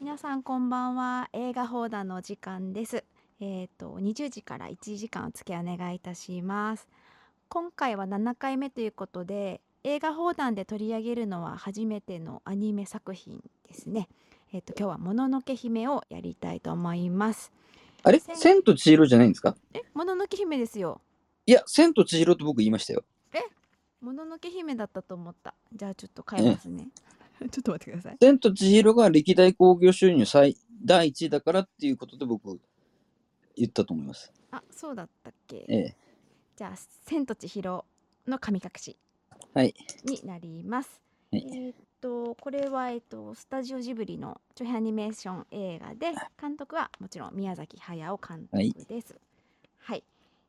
皆さんこんばんは映画放談のお時間ですえっ、と20時から1時間お付き合いお願いいたします今回は7回目ということで映画放談で取り上げるのは初めてのアニメ作品ですねえっ、と今日はもののけ姫をやりたいと思いますあれ千千と千尋じゃないんですかえもののけ姫ですよいや、千と千尋と僕言いましたよ。もののけ姫だったと思ったじゃあちょっと変えますね ちょっと待ってください千と千尋が歴代興行収入最第1位だからっていうことで僕言ったと思います。あそうだったっけええ。じゃあ「千と千尋の神隠し」はいになります。はいえーっとこれは、えっとスタジオジブリの長編アニメーション映画で監督はもちろん宮崎駿監督です。はい、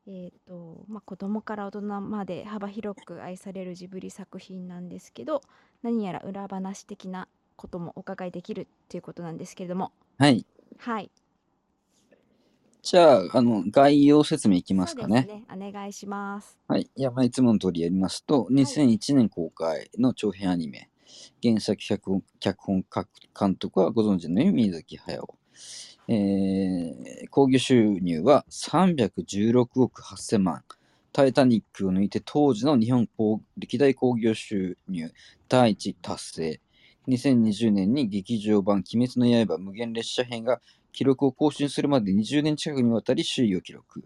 えーっとまあ、子供から大人まで幅広く愛されるジブリ作品なんですけど何やら裏話的なこともお伺いできるということなんですけれどもはい。はいじゃあ、あの、概要説明いきますかそね。うですねお願いします。はい。いや、まあ、いつもの通りやりますと、2001年公開の長編アニメ、原作脚本脚本か監督はご存知のように宮崎駿。えー、興行収入は316億8000万。タイタニックを抜いて当時の日本興歴代興行収入第一達成。2020年に劇場版「鬼滅の刃無限列車編」が記録を更新するまで20年近くにわたり首位を記録。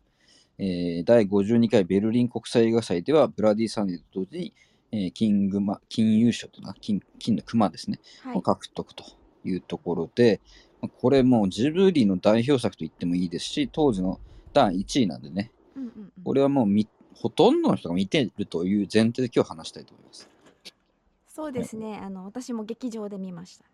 えー第52回ベルリン国際映画祭ではブラディ・サンデーと同時に、えーキングマ金優勝というのは金金の熊ですね、はをい、獲得というところで、まあこれもうジブリの代表作と言ってもいいですし当時の第1位なんでねうんうんうんこれはもうみほとんどの人が見てるという前提で今日話したいと思います。そうですね、あの私も劇場で見ました。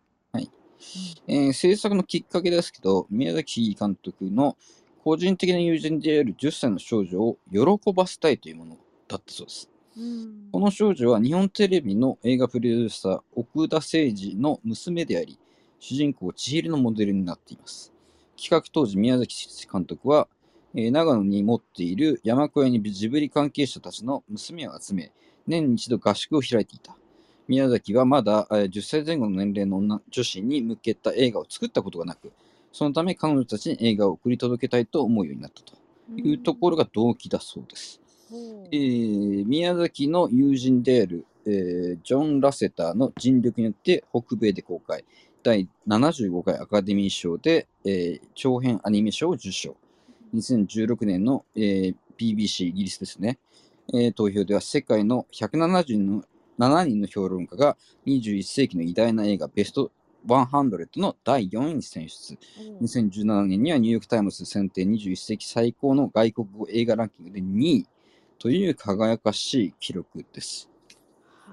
えー制作のきっかけですけど、宮崎監督の個人的な友人である10歳の少女を喜ばせたいというものだったそうです。うんこの少女は日本テレビの映画プロデューサー奥田誠二の娘であり、主人公千尋のモデルになっています。企画当時、宮崎監督は、えー長野に持っている山小屋にジブリ関係者たちの娘を集め、年に一度合宿を開いていた。宮崎はまだ、えー10歳前後の年齢の女女子に向けた映画を作ったことがなく、そのため彼女たちに映画を送り届けたいと思うようになったというところが動機だそうです。ほうえー宮崎の友人である、えージョン・ラセターの尽力によって北米で公開第75回アカデミー賞で、えー長編アニメ賞を受賞2016年の、えー BBC イギリスですね、えー投票では世界の170人の7人の評論家が21世紀の偉大な映画ベスト100の第4位に選出おう2017年にはニューヨーク・タイムズ選定21世紀最高の外国語映画ランキングで2位という輝かしい記録です。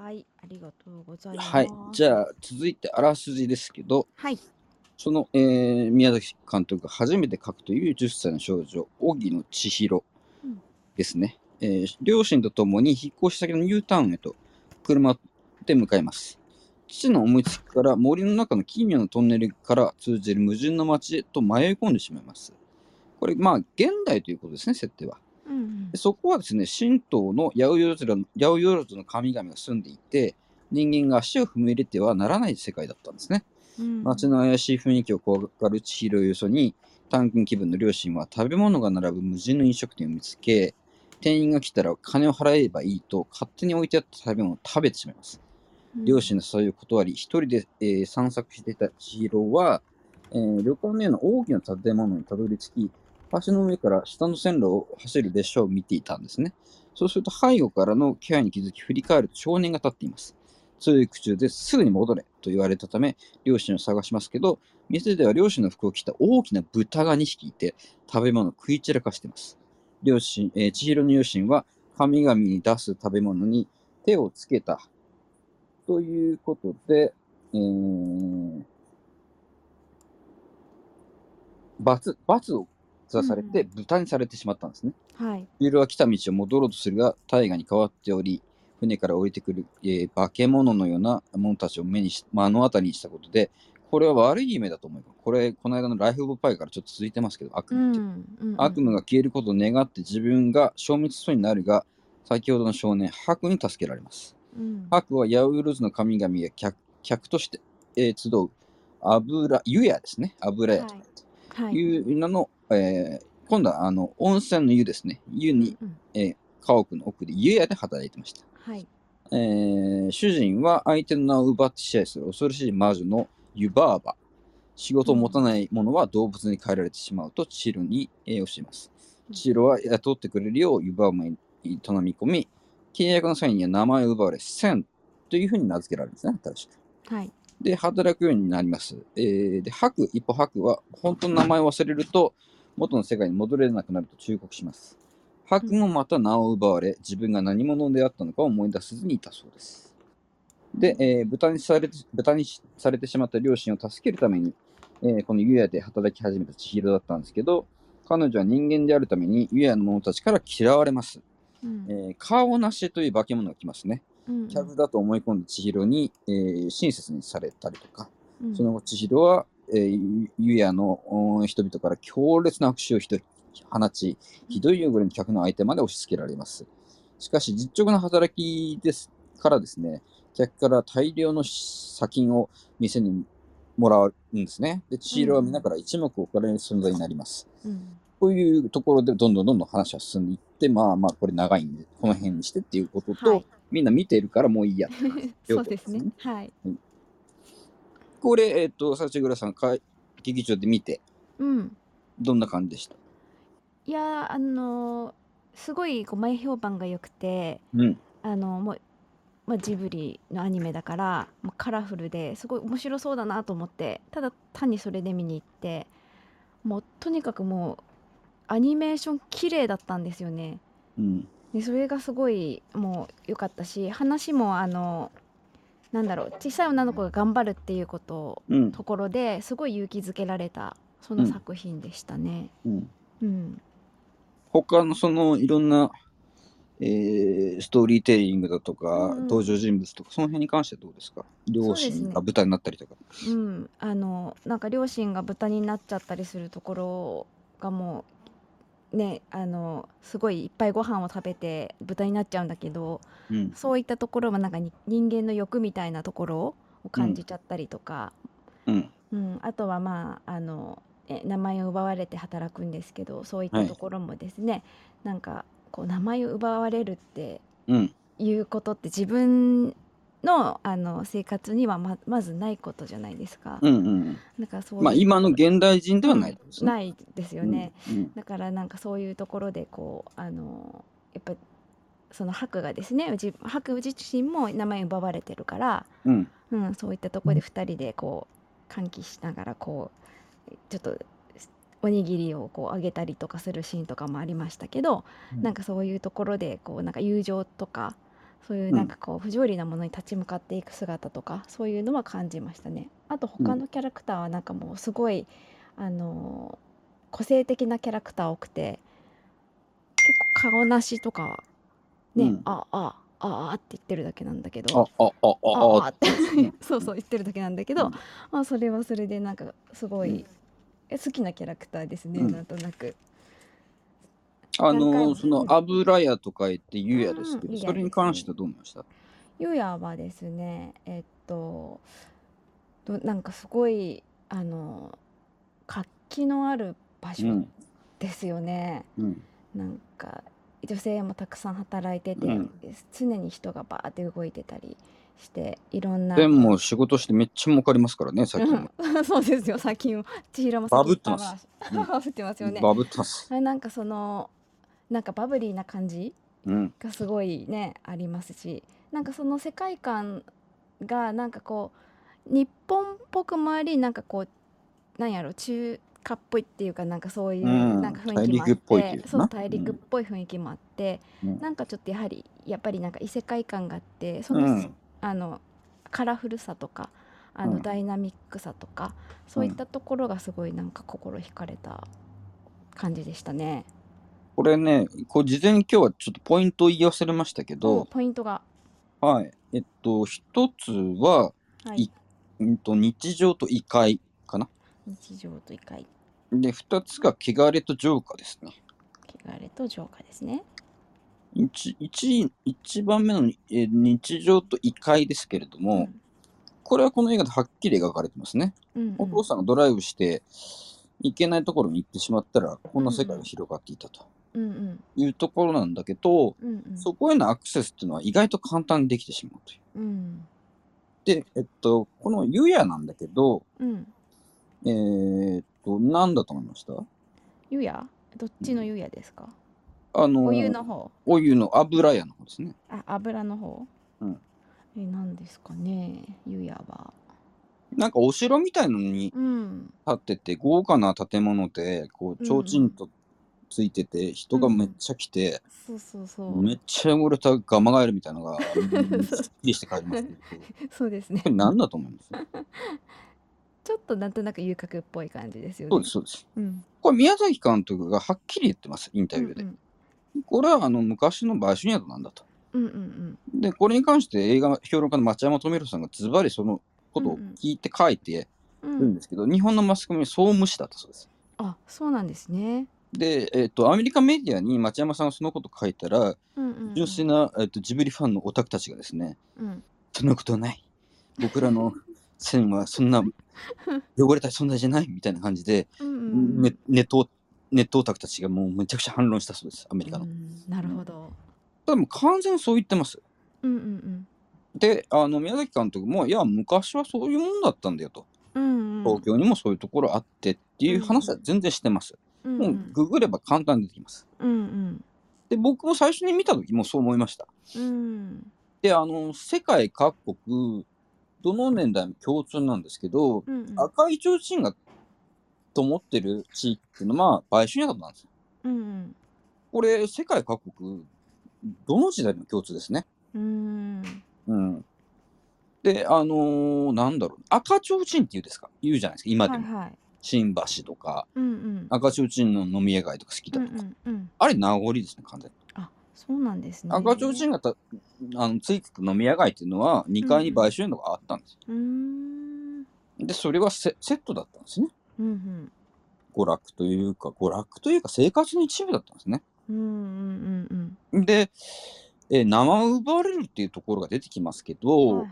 はい、ありがとうございます。はい、じあ、ゃあ続いてあらすじですけど、はい、その、えー宮崎監督が初めて書くという10歳の少女、荻野千尋うんですね、えー両親と共に引っ越し先の U ターンへと車で向かいます。父の思いつきから森の中の奇妙なトンネルから通じる無人の街へと迷い込んでしまいます。これ、まあ、現代ということですね、設定は。うんうんで、そこはですね、神道の八百万の八百万の神々が住んでいて、人間が足を踏み入れてはならない世界だったんですね。うん街の怪しい雰囲気を怖がる千尋をよそに、探検気分の両親は食べ物が並ぶ無人の飲食店を見つけ、店員が来たら金を払えばいいと勝手に置いてあった食べ物を食べてしまいます。両親の誘いを断り、一人で、えー散策していた千尋は、えー旅館のような大きな建物にたどり着き、橋の上から下の線路を走る列車を見ていたんですね。そうすると背後からの気配に気づき振り返ると少年が立っています。強い口中ですぐに戻れと言われたため、両親を探しますけど、店では両親の服を着た大きな豚が2匹いて、食べ物を食い散らかしています。両親、えー千尋の両親は神々に出す食べ物に手をつけたということで、えー、罰罰を下されてうん豚にされてしまったんですね。はい、ビルは来た道を戻ろうとするが、大河に変わっており、船から降りてくる、えー化け物のような者たちを目にし目の当たりにしたことで、これは悪い夢だと思う。これ、この間のライフ・オブ・パイからちょっと続いてますけど、悪う夢っんて。うん、悪夢が消えることを願って自分が消滅しそうになるが、先ほどの少年、ハクに助けられます。うん、ハクはヤウルズの神々が客客として、えー集う油、湯屋ですね。油屋とはいい。う名の、えー今度はあの温泉の湯ですね。湯に、うんえー家屋の奥で湯屋で働いてました。はい。えー主人は相手の名を奪って支配する恐ろしい魔女の湯バーバ。仕事を持たない者は動物に変えられてしまうとチロに、えー教えます。チロは雇ってくれるよう湯バーバに頼み込み、契約の際には名前を奪われ、センというふうに名付けられるんですね、確か。はい。で、働くようになります。えーで、ハク、一歩ハクは、本当の名前を忘れると、元の世界に戻れなくなると忠告します。ハクもまた名を奪われ、自分が何者であったのかを思い出せずにいたそうです。で、えー豚にされて、豚にしされてしまった両親を助けるために、えーこの湯屋で働き始めた千尋だったんですけど、彼女は人間であるために湯屋の者たちから嫌われます。うんえー、カオナシという化け物が来ますね。うんキャブだと思い込んで千尋に、えー親切にされたりとか、うんその後、千尋は、えー、ゆやのうん人々から強烈な拍手をひどい放ち、ひどい汚れに客の相手まで押し付けられます。しかし、実直な働きですからですね、客から大量の砂金を店にもらうんですね。で、千尋は皆から一目置かれる存在になります。うんこういうところでどんどんどんどん話は進んでいって、まあまあ、これ長いんで、この辺にしてっていうことと、はいみんな見てるからもういいや。そうですね。はい。これ、えっ、と、幸倉さん、か劇場で見て、うん。どんな感じでしたいやーあのーすごいこう前評判が良くて、うん。あのもう、まあ、ジブリのアニメだから、まあ、カラフルですごい面白そうだなと思ってただ単にそれで見に行ってもうとにかくもうアニメーション綺麗だったんですよね。うん。でそれがすごいもう良かったし話もあのなんだろう小さい女の子が頑張るっていうことうん。ところですごい勇気づけられたその作品でしたね。うん、うん、他の、その、いろんな、えーストーリーテリングだとか、うん登場人物とか、その辺に関してはどうですか両そうです親ねが豚になったりとか。うん、あのなんか両親が豚になっちゃったりするところがもうねあのすごいいっぱいご飯を食べて豚になっちゃうんだけどうん。そういったところもなんかに人間の欲みたいなところを感じちゃったりとか、うん。うん、あとはまああのえ名前を奪われて働くんですけどそういっはたいところもですね、なんかこう名前を奪われるってうん。いうことって自分のあの生活にはままずないことじゃないですか。うん。うん。なんかそういうまあ、今のとこ現代人ではないですろね。ないですよね。うん。だからなんかそういうところでこうあのやっぱその白がですねうち白自身も名前を奪われてるから、うん。うん。うん、そういったところで2人でこう歓喜しながらこうちょっとおにぎりをこうあげたりとかするシーンとかもありましたけど、うんなんかそういうところでこうなんか友情とかそういううんなんかこう不条理なものに立ち向かっていく姿とかそういうのは感じましたね。あと他のキャラクターはなんかもうすごい、あのー個性的なキャラクター多くて結構顔なしとかね、うんああああって言ってるだけなんだけどあ、あ、あ、あ、ああ、ってうん そうそう言ってるだけなんだけど、うんまあ、それはそれでなんかすごい、うんえ好きなキャラクターですね、うんなんとなくあなんの、かその、油屋とか言って、湯屋ですけうんど、うんそれに関してはどう思いましたゆうやはですねえっとどなんかすごいあの活気のある場う所ん。ですよね、うん。なんか女性もたくさん働いてて、うん常に人がバーって動いてたりしていろんなでも、仕事してめっちゃ儲かりますからね、さっきも。うん そうですよ最近も千尋もバブってますバうんブってますよねバブったっす。あれなんかそのなんかバブリーな感じうん。がすごいねありますしなんかその世界観がなんかこう日本っぽくもありなんかこうなんやろ中華っぽいっていうかなんかそういううんなんか雰囲気もあって、大陸っぽいっていうかそなう大陸っぽい雰囲気もあって、うんなんかちょっとやはりやっぱりなんか異世界観があってそうの、ん。あのカラフルさとかあうのんダイナミックさとか、そういったところがすごいなんか心惹かれた感じでしたね。これね、こう事前に今日はちょっとポイントを言い忘れましたけおど、ポイントが、はい。えっと、一つは、はいい、うんと、日常と異界かな。日常と異界で、二つが汚れと浄化ですね。汚れと浄化ですね。一一一番目の、えー日常と異界ですけれども、うんこれはこの映画ではっきり描かれてますね。うんお父さんがドライブして行けないところに行ってしまったらこんな世界が広がっていたとうんうんいうところなんだけど、うんうんそこへのアクセスっていうのは意外と簡単にできてしまうという。うんで、えっと、このゆやなんだけど、うんえーっと、なんだと思いました湯屋どっちの湯屋ですか、あの、お湯の方お湯の油屋の方ですね。あ油の方うんえなんですかね湯屋はなんかお城みたいのにうん建ってて豪華な建物でこううん提灯とついてて人がめっちゃ来て、そうそうそう、めっちゃ汚れたガマガエルみたいなのがすっうきりして帰りますけ どこそうですねれ何だと思いますちょっとなんとなく遊郭っぽい感じですよねそうですそうですうんこれ宮崎監督がはっきり言ってますインタビューで、うんこれはあの昔の売春宿なんだとうんうんうんでこれに関して映画評論家の町山富弘さんがズバリそのことを聞いて書いてうるんうんんですけど、日本のマスコミはそう無視だったそうですあそうなんですねで、えっとアメリカメディアに町山さんがそのこと書いたら、うんうんうん純粋な、えっと、ジブリファンのオタクたちがですね、うんそんなことはない。僕らの線はそんな汚れた存在じゃないみたいな感じで、うんうんうんネネットネットオタクたちがもうめちゃくちゃ反論したそうです、アメリカの。うんなるほどただもう完全にそう言ってます。うんうんで、あの宮崎監督も、いや、昔はそういうもんだったんだよと、うんうんうん東京にもそういうところあってっていう話は全然してます。うんうもうんググれば簡単にできます。うんで、僕も最初に見た時もそう思いました。うんうんであの世界各国どの年代も共通なんですけど、うんうん赤い提灯が灯ってる地域っていうのはまあ売春宿なんですよ。うんこれ世界各国どの時代でも共通ですね。うんうんうん、であのーなんだろう赤提灯っていうですか言うじゃないですか今ではいもはい新橋とかうんうん赤提灯の飲み屋街とか好きうだんとか、うんうんあれ名残ですね完全に。あそうなんですね赤提灯がたあのついてた飲み屋街っていうのは2階に売春宿があったんですよ。うーんでそれはセセットだったんですね。うん娯楽というか娯楽というか生活の一部だったんですね。うんうんうんうんで、えー生を奪われるっていうところが出てきますけうんど、はいはい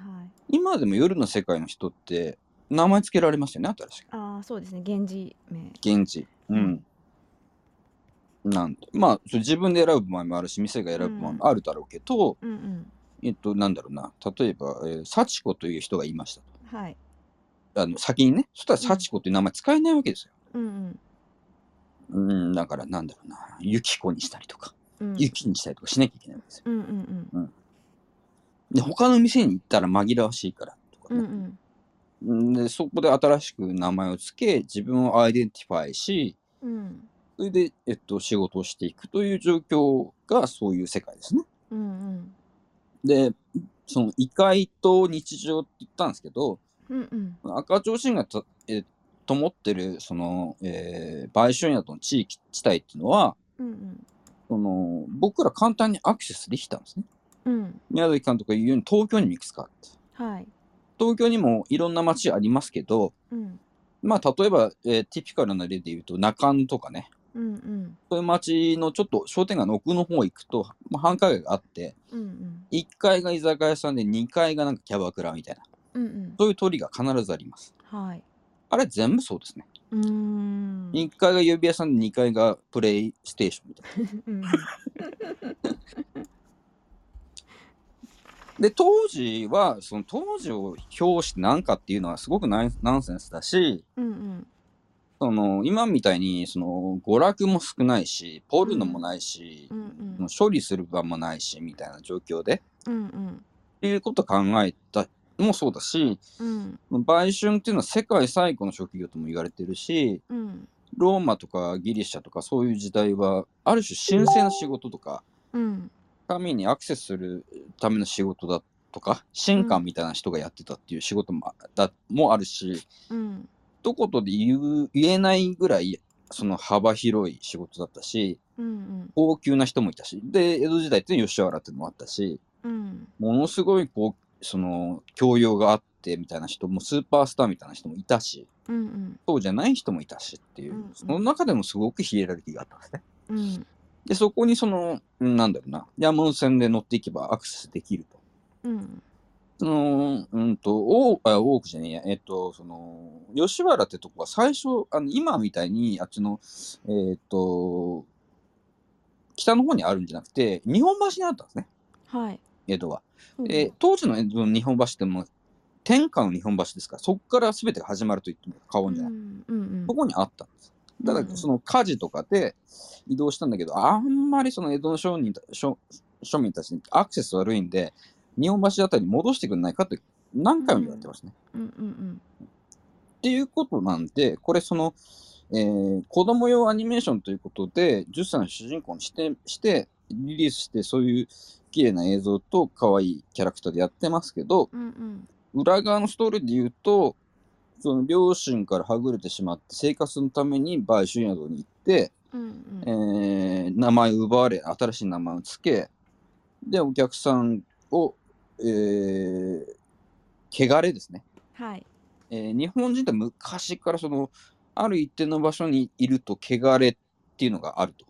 今でも夜の世界の人って名前つけられますよね新しああそうですね源氏名く現地。うんなんでまあそう自分で選ぶ場合もあるし店が選ぶ場合もあるだろうけど、うんうんえっとなんだろうな例えば、えー幸子という人がいましたはいあの先にねそしたらうん幸子という名前使えないわけですよ。うんうん、だからなんだろうな雪子にしたりとかうんうん雪にしたりとかしなきゃいけないわけですようんうんで他の店に行ったら紛らわしいからとかうんうね、んでそこで新しく名前を付け自分をアイデンティファイしうんそれで、えっと、仕事をしていくという状況がそういう世界ですね。うんうんでその異界と日常って言ったんですけどうんうん赤ちょうちんがと、え灯ってるその、えー、売春宿の地域地帯っていうのはうんその僕ら簡単にアクセスできたんですね。うん宮崎監督が言うように東京にもいくつかあってはい東京にもいろんな街ありますけどうんまあ、例えば、えーティピカルな例で言うと、中野とかね、うんうんそういう町のちょっと商店街の奥の方行くと、まあ、繁華街があって、うんうん1階が居酒屋さんで、2階がなんかキャバクラみたいな、うんうんそういう通りが必ずあります。はいあれ全部そうですね。うーん1階が指屋さんで、2階がプレイステーションみたいうな。んで、当時は、その当時を表してなんかっていうのはすごくナイナンセンスだし、うんうんその今みたいにその娯楽も少ないし、ポルノもないし、うんうんもう処理する場もないしみたいな状況で、うんうんっていうことを考えたのもそうだしうん売春っていうのは世界最古の職業とも言われてるしうんローマとかギリシャとかそういう時代はある種神聖な仕事とかうん神にアクセスするための仕事だとか神官みたいな人がやってたっていう仕事もあだもあるしうん一言で言う言えないぐらいその幅広い仕事だったしうん高級な人もいたしで江戸時代っていうのは吉原っていうのもあったしうんものすごいこうその教養があってみたいな人もスーパースターみたいな人もいたしうんそうじゃない人もいたしっていう、うんうんその中でもすごくヒエラルキーがあったんですね。うんでそこにそのうんなんだろうな山手線で乗っていけばアクセスできると。うんその、うんと、おあ多くじゃねえや、えっと、その、吉原ってとこは最初、あの今みたいに、あっちの、えっと、北の方にあるんじゃなくて、日本橋にあったんですね、はい。江戸は。うんで、当時の江戸の日本橋ってもう、天下の日本橋ですから、そこから全てが始まると言っても過う言んじゃない。うんそこにあったんです。たうんうだんその火事とかで移動したんだけど、あんまりその江戸の商人た庶庶民たちにアクセス悪いんで、日本橋あたりに戻してくれないかって何回も言われてましたね。うんうんうんっていうことなんで、これその、えー子供用アニメーションということで、10歳の主人公にしてしてリリースして、そういう綺麗な映像と可愛いキャラクターでやってますけど、うんうん裏側のストーリーで言うと、その両親からはぐれてしまって、生活のために売春宿に行って、うんえー名前を奪われ、新しい名前をつけ、で、お客さんを、えー、汚れですね。はい。えー日本人って昔からその、ある一定の場所にいると汚れっていうのがあると。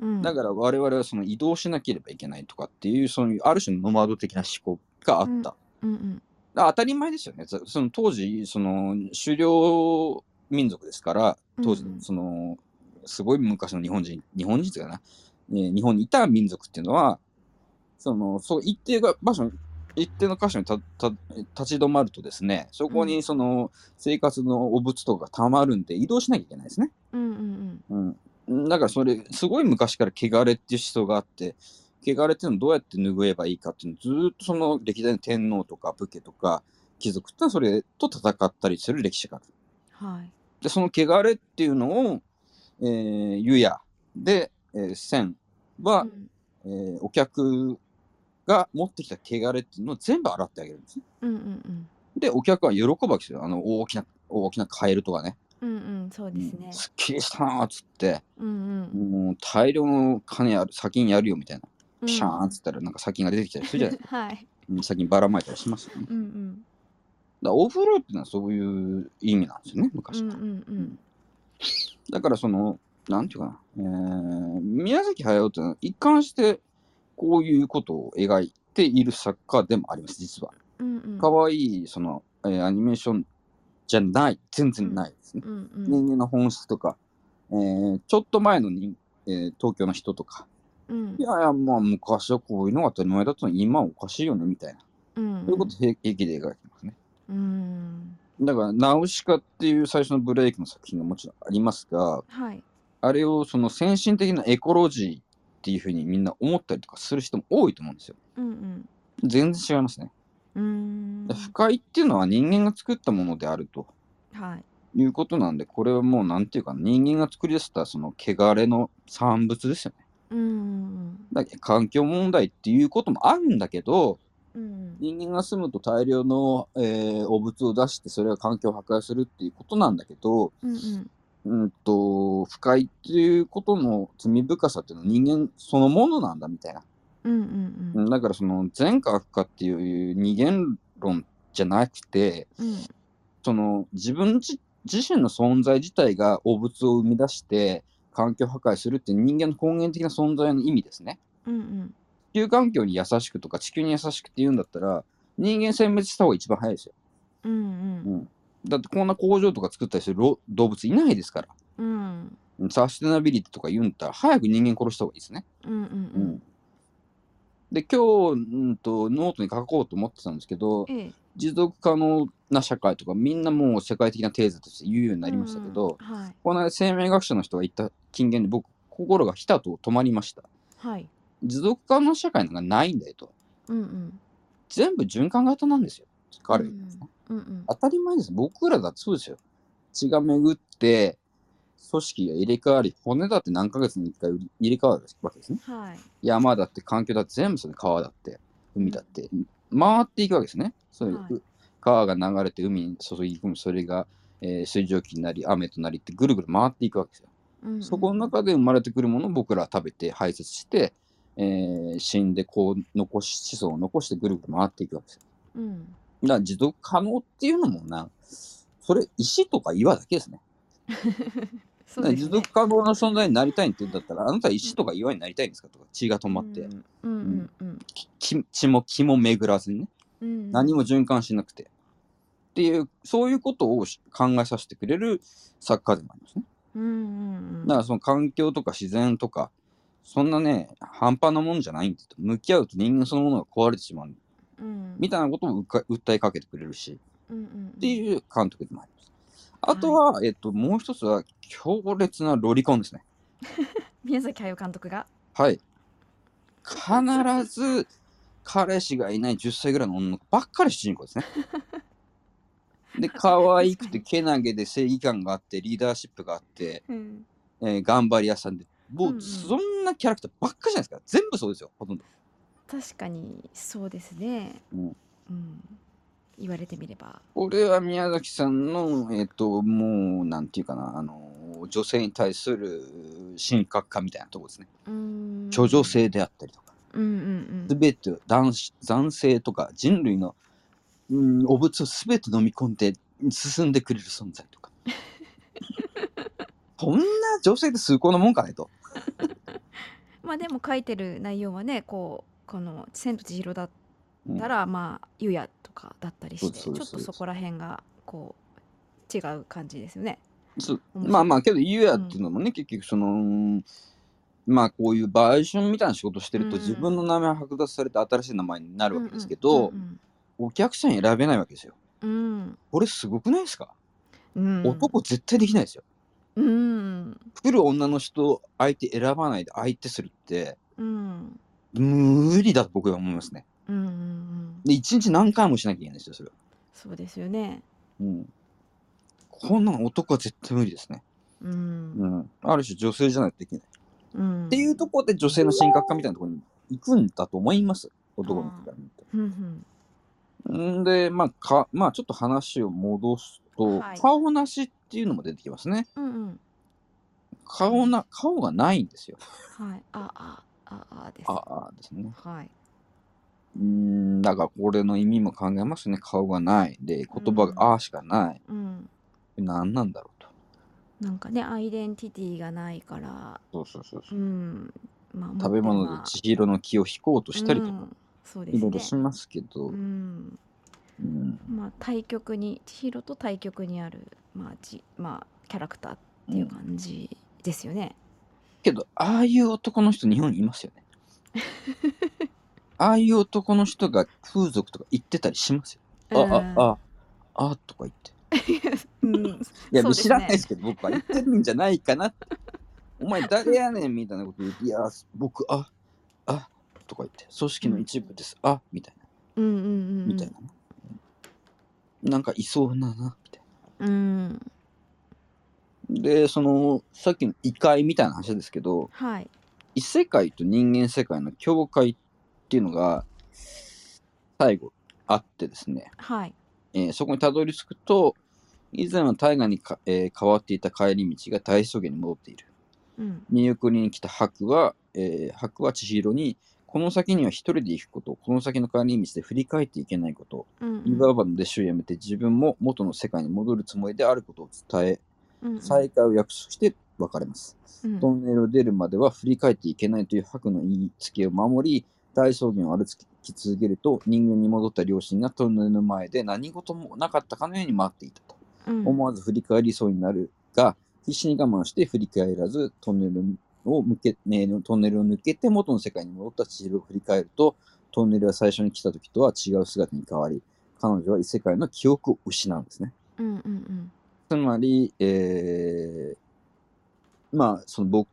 うんだから我々はその移動しなければいけないとかっていう、そういうある種のノマド的な思考があった。うんうんあ当たり前ですよね。そその当時、その狩猟民族ですから、当時うんうのんその、すごい昔の日本人、日本人っていうかな、えー日本にいた民族っていうのは、そのそう一定が場所に、一定の箇所にたた立ち止まるとですね、そこうにその生活の汚物とかがたまるんで移動しなきゃいけないですね。うんうんうん、だからそれすごい昔から汚れっていう思想があって汚れっていうのをどうやって拭えばいいかっていうのずーっとその歴代の天皇とか武家とか貴族ってのはそれと戦ったりする歴史がある。はい。でその汚れっていうのを、えー、湯屋で、えー、千は、うんえーお客が持ってきた汚れっていうのを全部洗ってあげるんですね。うんうんでお客は喜ぶわけですよあの大きな大きなカエルとかね。うんうんうんそうですうねん。すっきりしたなーっつって。うんうんもう大量の金ある先にやるよみたいな、うん。ピシャーンっつったらなんか砂金が出てきたりするじゃないですはい。か うん砂金ばらまいたりしますよねだかうんうんらお風呂っていうのはそういう意味なんですよねう昔、んうんうんだからそのなんていうかな、えー宮崎駿っていうのは一貫してこういうことを描いている作家でもあります実はうんうん。可愛いその、えーアニメーションじゃない全然ないですね、うんうん人間の本質とか、えーちょっと前のに、えー東京の人とかうんいやいや、まあ、昔はこういうのが当たり前だったのに、今はおかしいよね、みたいな。うん。そういうことを平平気で描いてますね。うんだから、ナウシカっていう最初のブレイクの作品がもちろんありますが、はい。あれをその先進的なエコロジーっていうふうにみんな思ったりとかする人も多いと思うんですよ。うん全然違いますね。うん。うんで不快っていうのは人間が作ったものであるとはい。いうことなんで、これはもうなんていうか、人間が作り出したその汚れの産物ですよね。うんだから環境問題っていうこともあるんだけど、うん人間が住むと大量の、えー汚物を出してそれが環境を破壊するっていうことなんだけど、うんうんうん、と不快っていうことの罪深さっていうのは人間そのものなんだみたいな、うんうんううんん、だからその善か悪かっていう二元論じゃなくてうんその自分自自身の存在自体が汚物を生み出して環境破壊するっていう人間の根源的な存在の意味ですね。うん地球環境に優しくとか地球に優しくって言うんだったら人間殲滅した方が一番早いですよ。うんうんだってこんな工場とか作ったりするろ動物いないですから。うんうんサステナビリティとか言うんだったら早く人間殺した方がいいですね。うんうんで今日、うん、とノートに書こうと思ってたんですけどうんええ持続可能な社会とかみんなもう世界的なテーゼとして言うようになりましたけど、うんはいこの間生命学者の人が言った金言で僕心がひたと止まりました。はい持続可能な社会なんかないんだよと。うんうん全部循環型なんですよ。彼が言うんですね。うんうん当たり前です。僕らだってそうですよ。血が巡って、組織が入れ替わり、骨だって何ヶ月に1回入れ替わるわけですね。はい山だって環境だって全部それ川だって海だって回っていくわけですね。そういう、はいう川が流れて海に注ぎ込み、それが、えー水蒸気になり雨となりってぐるぐる回っていくわけですよ。うんうんそこの中で生まれてくるものを僕らは食べて排泄して、えー死んでこう残し子孫を残してぐるぐる回っていくわけですようんだから持続可能っていうのもな、それ石とか岩だけですね。そうですねだから持続可能な存在になりたいって言うんだったら、あなたは石とか岩になりたいんですかとか、血が止まって、うんうんうんき血も気も巡らずにね、うん、何も循環しなくて。っていう、そういうことをし考えさせてくれる作家でもありますね。うんうんうんだからその環境とか自然とか、そんなね、半端なもんじゃないんですと。向き合うと人間そのものが壊れてしまう。うんみたいなことをうか訴えかけてくれるし、うんうんっていう監督でもあります。あとは、えっと、もう一つは、強烈なロリコンですね。宮崎駿監督がはい。必ず、彼氏がいない10歳ぐらいの女の子ばっかり主人公 ですね。で、可愛くて、けなげで正義感があって、リーダーシップがあって、うんえー頑張り屋さんで、もうんうう、んそんなキャラクターばっかりじゃないですか。全部そうですよ、ほとんど。確かにそうですねうんうん言われてみればこれは宮崎さんの、えっ、と、もう、なんていうかな、あの、女性に対する神格化みたいなところですね。うん諸女性であったりとか。うんうんうすんべて男子男性とか人類の、うん、お物をすべて飲み込んで進んでくれる存在 とかこんな女性って崇高なもんかねとまあでも書いてる内容はねこうこの「千と千尋」だっうんたら、まあ「ゆや」とかだったりしてちそょうでっすそとうでそすこら辺がこう違う感じですよね。そう面白いまあまあけどゆうやっていうのもね、結局そのまあこういうバージョンみたいな仕事してるうんと自分の名前剥奪されて新しい名前になるわけですけど、うんお客さん選べないわけですよ。うんこれすごくないですか、うん、男絶対できないですよ。うん来る女の人相手選ばないで相手するってうん無理だと僕は思いますね。うんうんうんで、一日何回もしなきゃいけないんですよ、それは。そうですよね。うん。こんなの男は絶対無理ですね。うんうん。ある種女性じゃないとできない。っうん、っていうところで女性の神格化みたいなところに行くんだと思います。男の人から見て。うんんで、まあ、か、まあ、ちょっと話を戻すと、はい顔なしっていうのも出てきますね。うんうん顔な、顔がないんですよ。うんはいああああです。ああですね。はい。うん、だからこれの意味も考えますね。顔がない。で、言葉うんがああしかない。うん。何なんだろうと。なんかねアイデンティティがないから、そうそうそうそうう。ん。まあ食べ物で千尋の気を引こうとしたりとうか、ん、そうですいろいねろ。しますけど、うん。うんまあ対極に千尋と対極にあるまあじまあキャラクターっていう感じですよね。けどああいう男の人日本にいますよね ああいう男の人が風俗とか行ってたりしますよあ、うんあああとか言ってうん いや、そうですね知らないですけど僕は言ってるんじゃないかなってお前誰やねんみたいなこと言っていや僕ああとか言って組織の一部です、あみたいうんうんなうん。みたいな、なんかいそうななみたいなうん。でそのさっきの異界みたいな話ですけどはい。異世界と人間世界の境界っていうのが最後あってですね、はい。えーそこにたどり着くと以前は大河にか、えー変わっていた帰り道が大草原に戻っているうん。見送りに来た白は、えー白は千尋にこの先には一人で行くことこの先の帰り道で振り返っていけないことうんうん。いわばの弟子を辞めて自分も元の世界に戻るつもりであることを伝えうんうん再会を約束して別れますうんトンネルを出るまでは振り返っていけないという白の言いつけを守り、大草原を歩き続けると、人間に戻った両親がトンネルの前で何事もなかったかのように待っていたと。うん思わず振り返りそうになるが、必死に我慢して振り返らず、トンネルを向け、ね、トンネルを抜けて元の世界に戻った千尋を振り返ると、トンネルは最初に来た時とは違う姿に変わり、彼女は異世界の記憶を失うんですね。うんうんうんつまり、えーまあ、その僕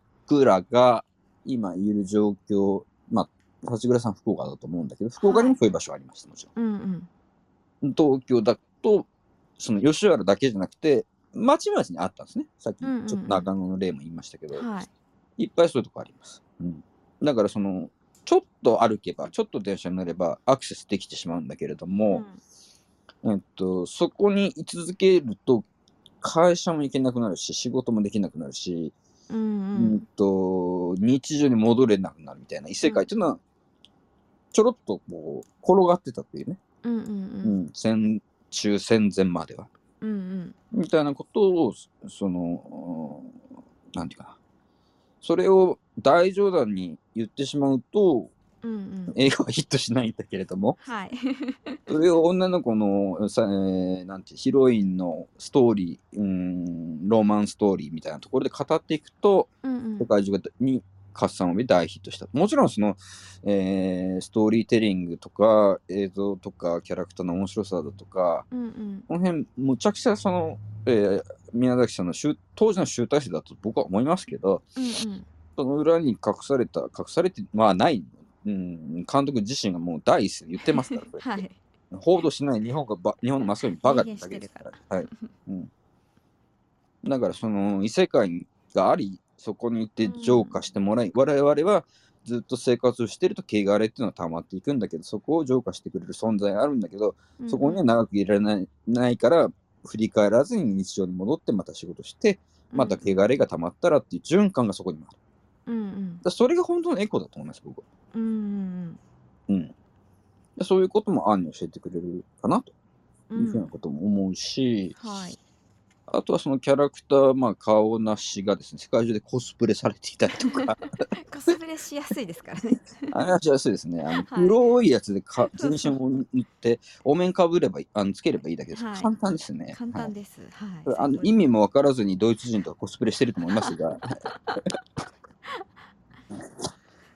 らが今いる状況、まあ、立倉さん福岡だと思うんだけど、福岡にもこういう場所ありました、もちうんうんろん。東京だと、その吉原だけじゃなくて、町々にあったんですね。さっき、ちうんうんうんょっと中野の例も言いましたけど、はい。いっぱいそういうとこあります。うん、だから、その、ちょっと歩けば、ちょっと電車に乗ればアクセスできてしまうんだけれども、えっと、そこに居続けると、会社も行けなくなるし、仕事もできなくなるし、うんううんんと、日常に戻れなくなるみたいな異世界っていうのは、ちょろっとこう、転がってたっていうね。うんうんううんん、戦中戦前までは。うんうんみたいなことを、その、うんなんていうかな。それを大冗談に言ってしまうと、うんうん。映画はヒットしないんだけれどもはい。それを女の子のさ、えーなんてヒロインのストーリーうーんロマンストーリーみたいなところで語っていくとうんうん世。界中に拡散を呼び大ヒットしたもちろんその、えーストーリーテリングとか映像とかキャラクターの面白さだとかうんうん。この辺むちゃくちゃその、えー宮崎さんの集当時の集大成だと僕は思いますけどうんうん。その裏に隠された隠されてまあない、うん、監督自身がもう第一声で言ってますからこ れはい。報道しない日本がば日本のマスコミバカだけですから。はいうん、だからその異世界がありそこに行って浄化してもらい、我々はずっと生活をしてると汚れっていうのは溜まっていくんだけどそこを浄化してくれる存在があるんだけどそこにはうん長くいられないないから振り返らずに日常に戻ってまた仕事してうん、また汚れが溜まったらっていう循環がそこにもある。だうかんうん。らそれが本当のエコだと思います僕は。うんうんうん、でそういうことも案に教えてくれるかなと。ういうふうんな。ことも思うし、はい。あとはそのキャラクター、まあ、顔なしがですね世界中でコスプレされていたりと かコスプレしやすいですからね。あれはしやすいですねあのはい黒いやつでかそ全うそう身を塗ってお面かぶればいいあのつければいいだけです、はい簡単ですね簡は単いです。はい。あのすごい意味も分からずにドイツ人とかコスプレしてると思いま すが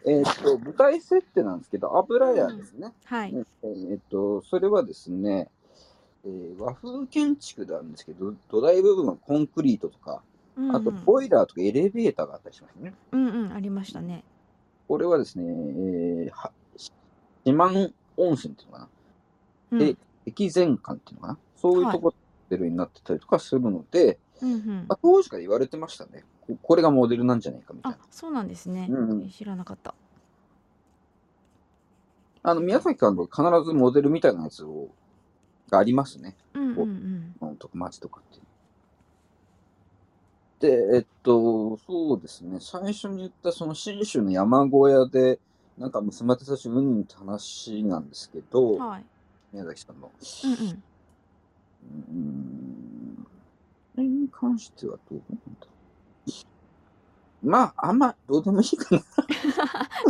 えっと舞台設定なんですけど油屋ですね、はい。ねえーえっと、それはですね、えー和風建築なんですけど、土台部分はコンクリートとか、うんうんあとボイラーとかエレベーターがあったりしますね。うんうんありましたね。これはですね、えー、はし島の温泉っていうのかな、うんで駅前館っていうのかな、そういうとこモデルになってたりとかするので、うんうんまあ、当時から言われてましたね。ここれがモデルなんじゃないかみたいあな。そうなんですねうんうん。知らなかった。あの宮崎監督は必ずモデルみたいなやつをがありますね。うんうんうん。うん、とか町とかって。で、えっと、そうですね、最初に言ったその信州の山小屋で、なんか娘たちうんうんって話なんですけど、はい。宮崎さんの。うんうん。うーん、これに関してはどうなんだろうまあ、あんまどうでもいいかな。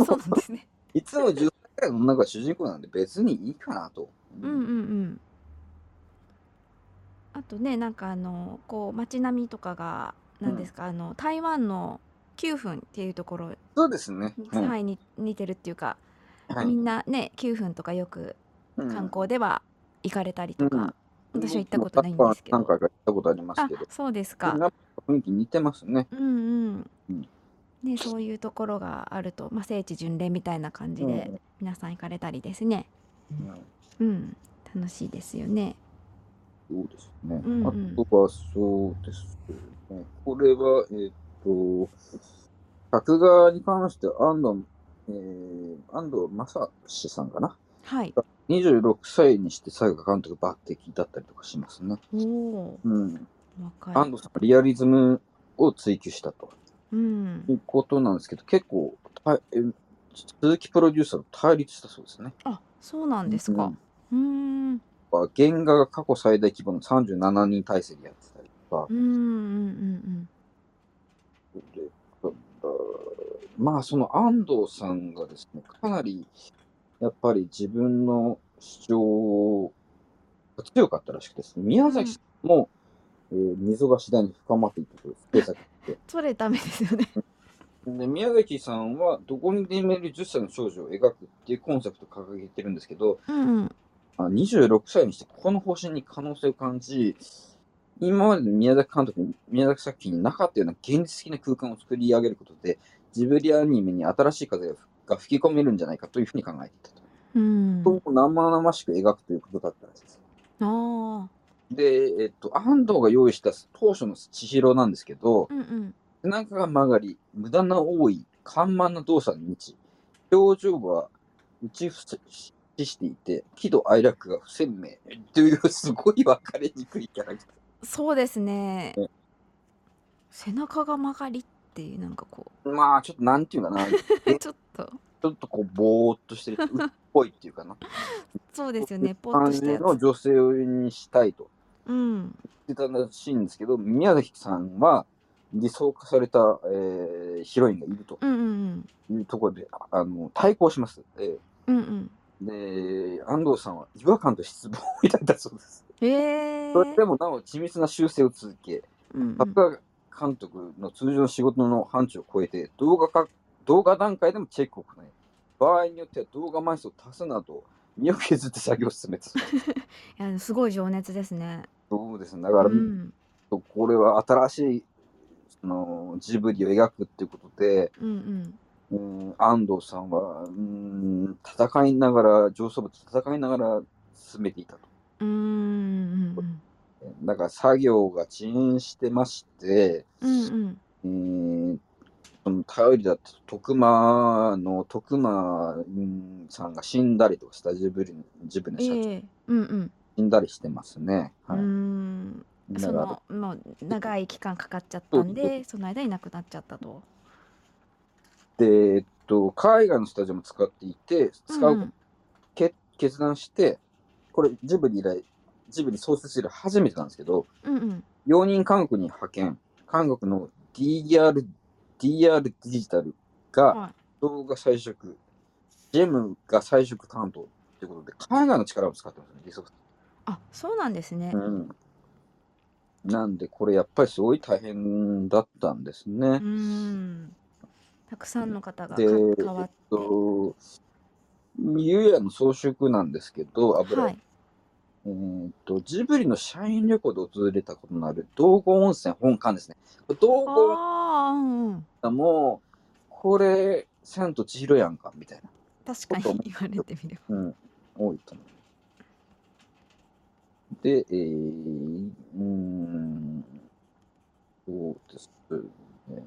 そうなんです ね。いつも10歳くらいの女が主人公なんで別にいいかなと。うんうんうん。あとねなんかあのこう街並みとかが何ですか、あの台湾の9分っていうところそうですね。に、はいはい、に似てるっていうか、はいみんなね9分とかよくうん観光では行かれたりとか、私は行ったことないん僕もですけど何回か行ったことありますあけど。そうですかなんか雰囲気似てますね。うんうん、うんねそういうところがあると、まあ、聖地巡礼みたいな感じで皆さん行かれたりですねうんうん楽しいですよねそうですね。うんうんあとはそうですね。これは、えっ、と、作画に関して安藤、えー、安藤正史さんかな。はい26歳にして作画監督抜擢だったりとかしますね。おおうん。若い安藤さんはリアリズムを追求したとうんいうことなんですけど、結構、たえー鈴木プロデューサーと対立したそうですね。あそうなんですかうーんうんは原画が過去最大規模の37人体制でやってたりとかうんう、んでうんまあその安藤さんがですね、かなりやっぱり自分の主張が強かったらしくてですね、宮崎さんも、えー溝が次第に深まっていくという制作って。それダメですよねで宮崎さんはどこにでもいる10歳の少女を描くっていうコンセプトを掲げてるんですけど、うんうんあ26歳にしてここの方針に可能性を感じ、今までの宮崎監督に、宮崎作品になかったような現実的な空間を作り上げることで、ジブリアニメに新しい風が吹き込めるんじゃないかというふうに考えていたと。うんそこを生々しく描くということだったらしいです。ああで、えっと、安藤が用意した当初の千尋なんですけど、うんうん背中が曲がり、無駄な多い、緩慢な動作に満ち、表情は打ち伏せしていて、喜怒哀楽が不鮮明というすごい分かりにくいキャラクター。そうですねね背中が曲がりっていうなんかこまあ、ちょっとなんていうかな、ちう ちょっとょっとこう、ぼーっとしてる、うっぽいっていうかな。そうですよねポッ感としじたやのつ女性にしたいとうん言ってたらしいんですけど、宮崎さんは理想化された、えーーヒロインがいるとうんうんいうところで、あの対抗します、えうんうんうんーで、安藤さんは違和感と失望を抱いたそうです。へえそれでもなお緻密な修正を続け、うんうん作画監督の通常の仕事の範疇を超えて動画か、動画段階でもチェックを行い、場合によっては動画枚数を足すなど、身を削って作業を進めたそうです。いやすごい情熱ですねそうですね、だから、うんこれは新しいそのジブリを描くっていうことで、うんうんうん、安藤さんは、うん、戦いながら上層部と戦いながら進めていたと。うーんうんだから作業が遅延してまして、うんうんうん、その頼りだった徳間の徳間うんさんが死んだりとかスタジブリのジブリの社長ええうんうん死んだりしてますね。うはーい、んだそからのもう長い期間かかっちゃったんでその間いなくなっちゃったとで、えっと、海外のスタジオも使っていて使う、うんけ決断してこれジブリ以来ジブリ創設以来初めてなんですけどうんうん4人韓国に派遣韓国の DR, DR デジタルがは動画彩色ジェムが彩色担当ということで海外の力を使ってますねリソフトいあそうなんですねうん、なんでこれやっぱりすごい大変だったんですね。うーんたくさんの方がかで、え変わっ、ってと、ゆうやの装飾なんですけど、油、はいえーっと、ジブリの社員旅行で訪れたことのある道後温泉本館ですね。これ道後温ああうんうん泉も、これ、千と千尋やんか、みたいな。確かに言われてみればうん、多いと思う。で、えー、うーん、そうですね。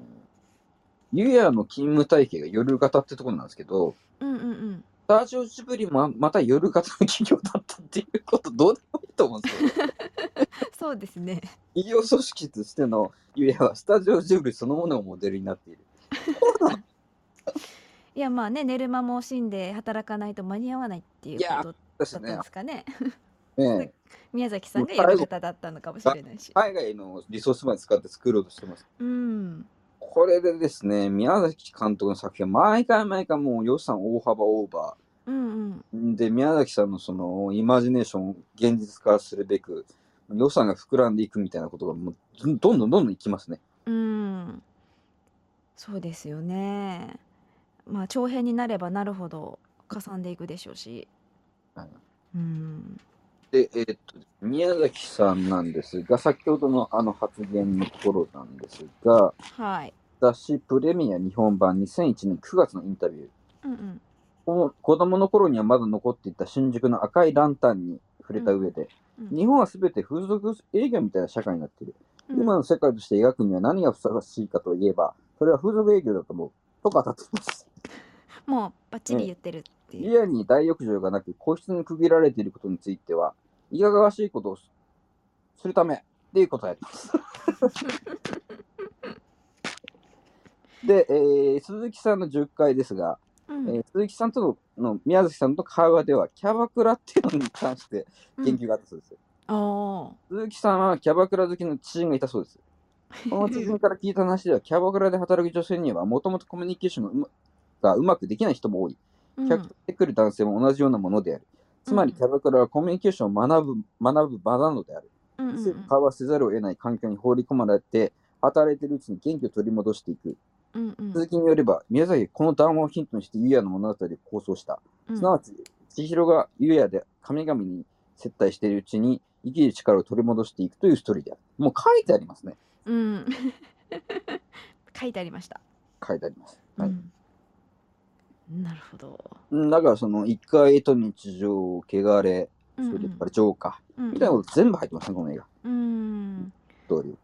ゆうやの勤務体系が夜型ってところなんですけど、うんうんうんスタジオジブリもまた夜型の企業だったっていうことどうでもいいと思う んですけどそうですね企業組織としてのゆえはスタジオジブリそのものをモデルになっているいやまあね寝る間も惜しんで働かないと間に合わないっていうことですだったねんですかねね宮崎さんがやり方だったのかもしれないし海外のリソースまで使って作ろうとしてますうんこれでですね宮崎監督の作品は毎回毎回もう予算大幅オーバうんうんーで宮崎さんのそのイマジネーションを現実化するべく予算が膨らんでいくみたいなことがもうどんどんどんどんいきますねうんそうですよねまあ長編になればなるほどかさんでいくでしょうしはいうんで、えーっと、宮崎さんなんですが、先ほどのあの発言のところなんですが、はい雑誌プレミア日本版2001年9月のインタビュー。うんうんこの子供の頃にはまだ残っていた新宿の赤いランタンに触れた上で、うん日本は全て風俗営業みたいな社会になっている。うん今の世界として描くには何がふさわしいかといえば、それは風俗営業だと思う。とか立ってます。もうバッチリ言ってるっていう、リアに大浴場がなく個室に区切られていることについてはいかがわしいことをすするためっていう答えです で、えー鈴木さんの10回ですが、うんえー鈴木さんとのの宮崎さんとの会話ではキャバクラっていうのに関して言及があったそうです、うん、あ鈴木さんはキャバクラ好きの知人がいたそ うですこの知人から聞いた話ではキャバクラで働く女性にはもともとコミュニケーションがうまがうまくできない人も多いー客としてくる男性も同じようなものである。つまりうんキャバクラはコミュニケーションを学ぶ学ぶ場なのである。うんうんうん交わせざるを得ない環境に放り込まれて、働いているうちに元気を取り戻していく。うんうん続きによれば、宮崎はこの談話をヒントにしてユヤの物語を構想した。うんすなわち、千尋がユヤで神々に接待しているうちに生きる力を取り戻していくというストーリーである。もう書いてありますね。うん 書いてありました、書いてあります。はいうんなるほど、うんだからその一回と日常、汚れ、うんそれからジョーカうんーみたいなこと全部入ってますね、この映画。うん通り。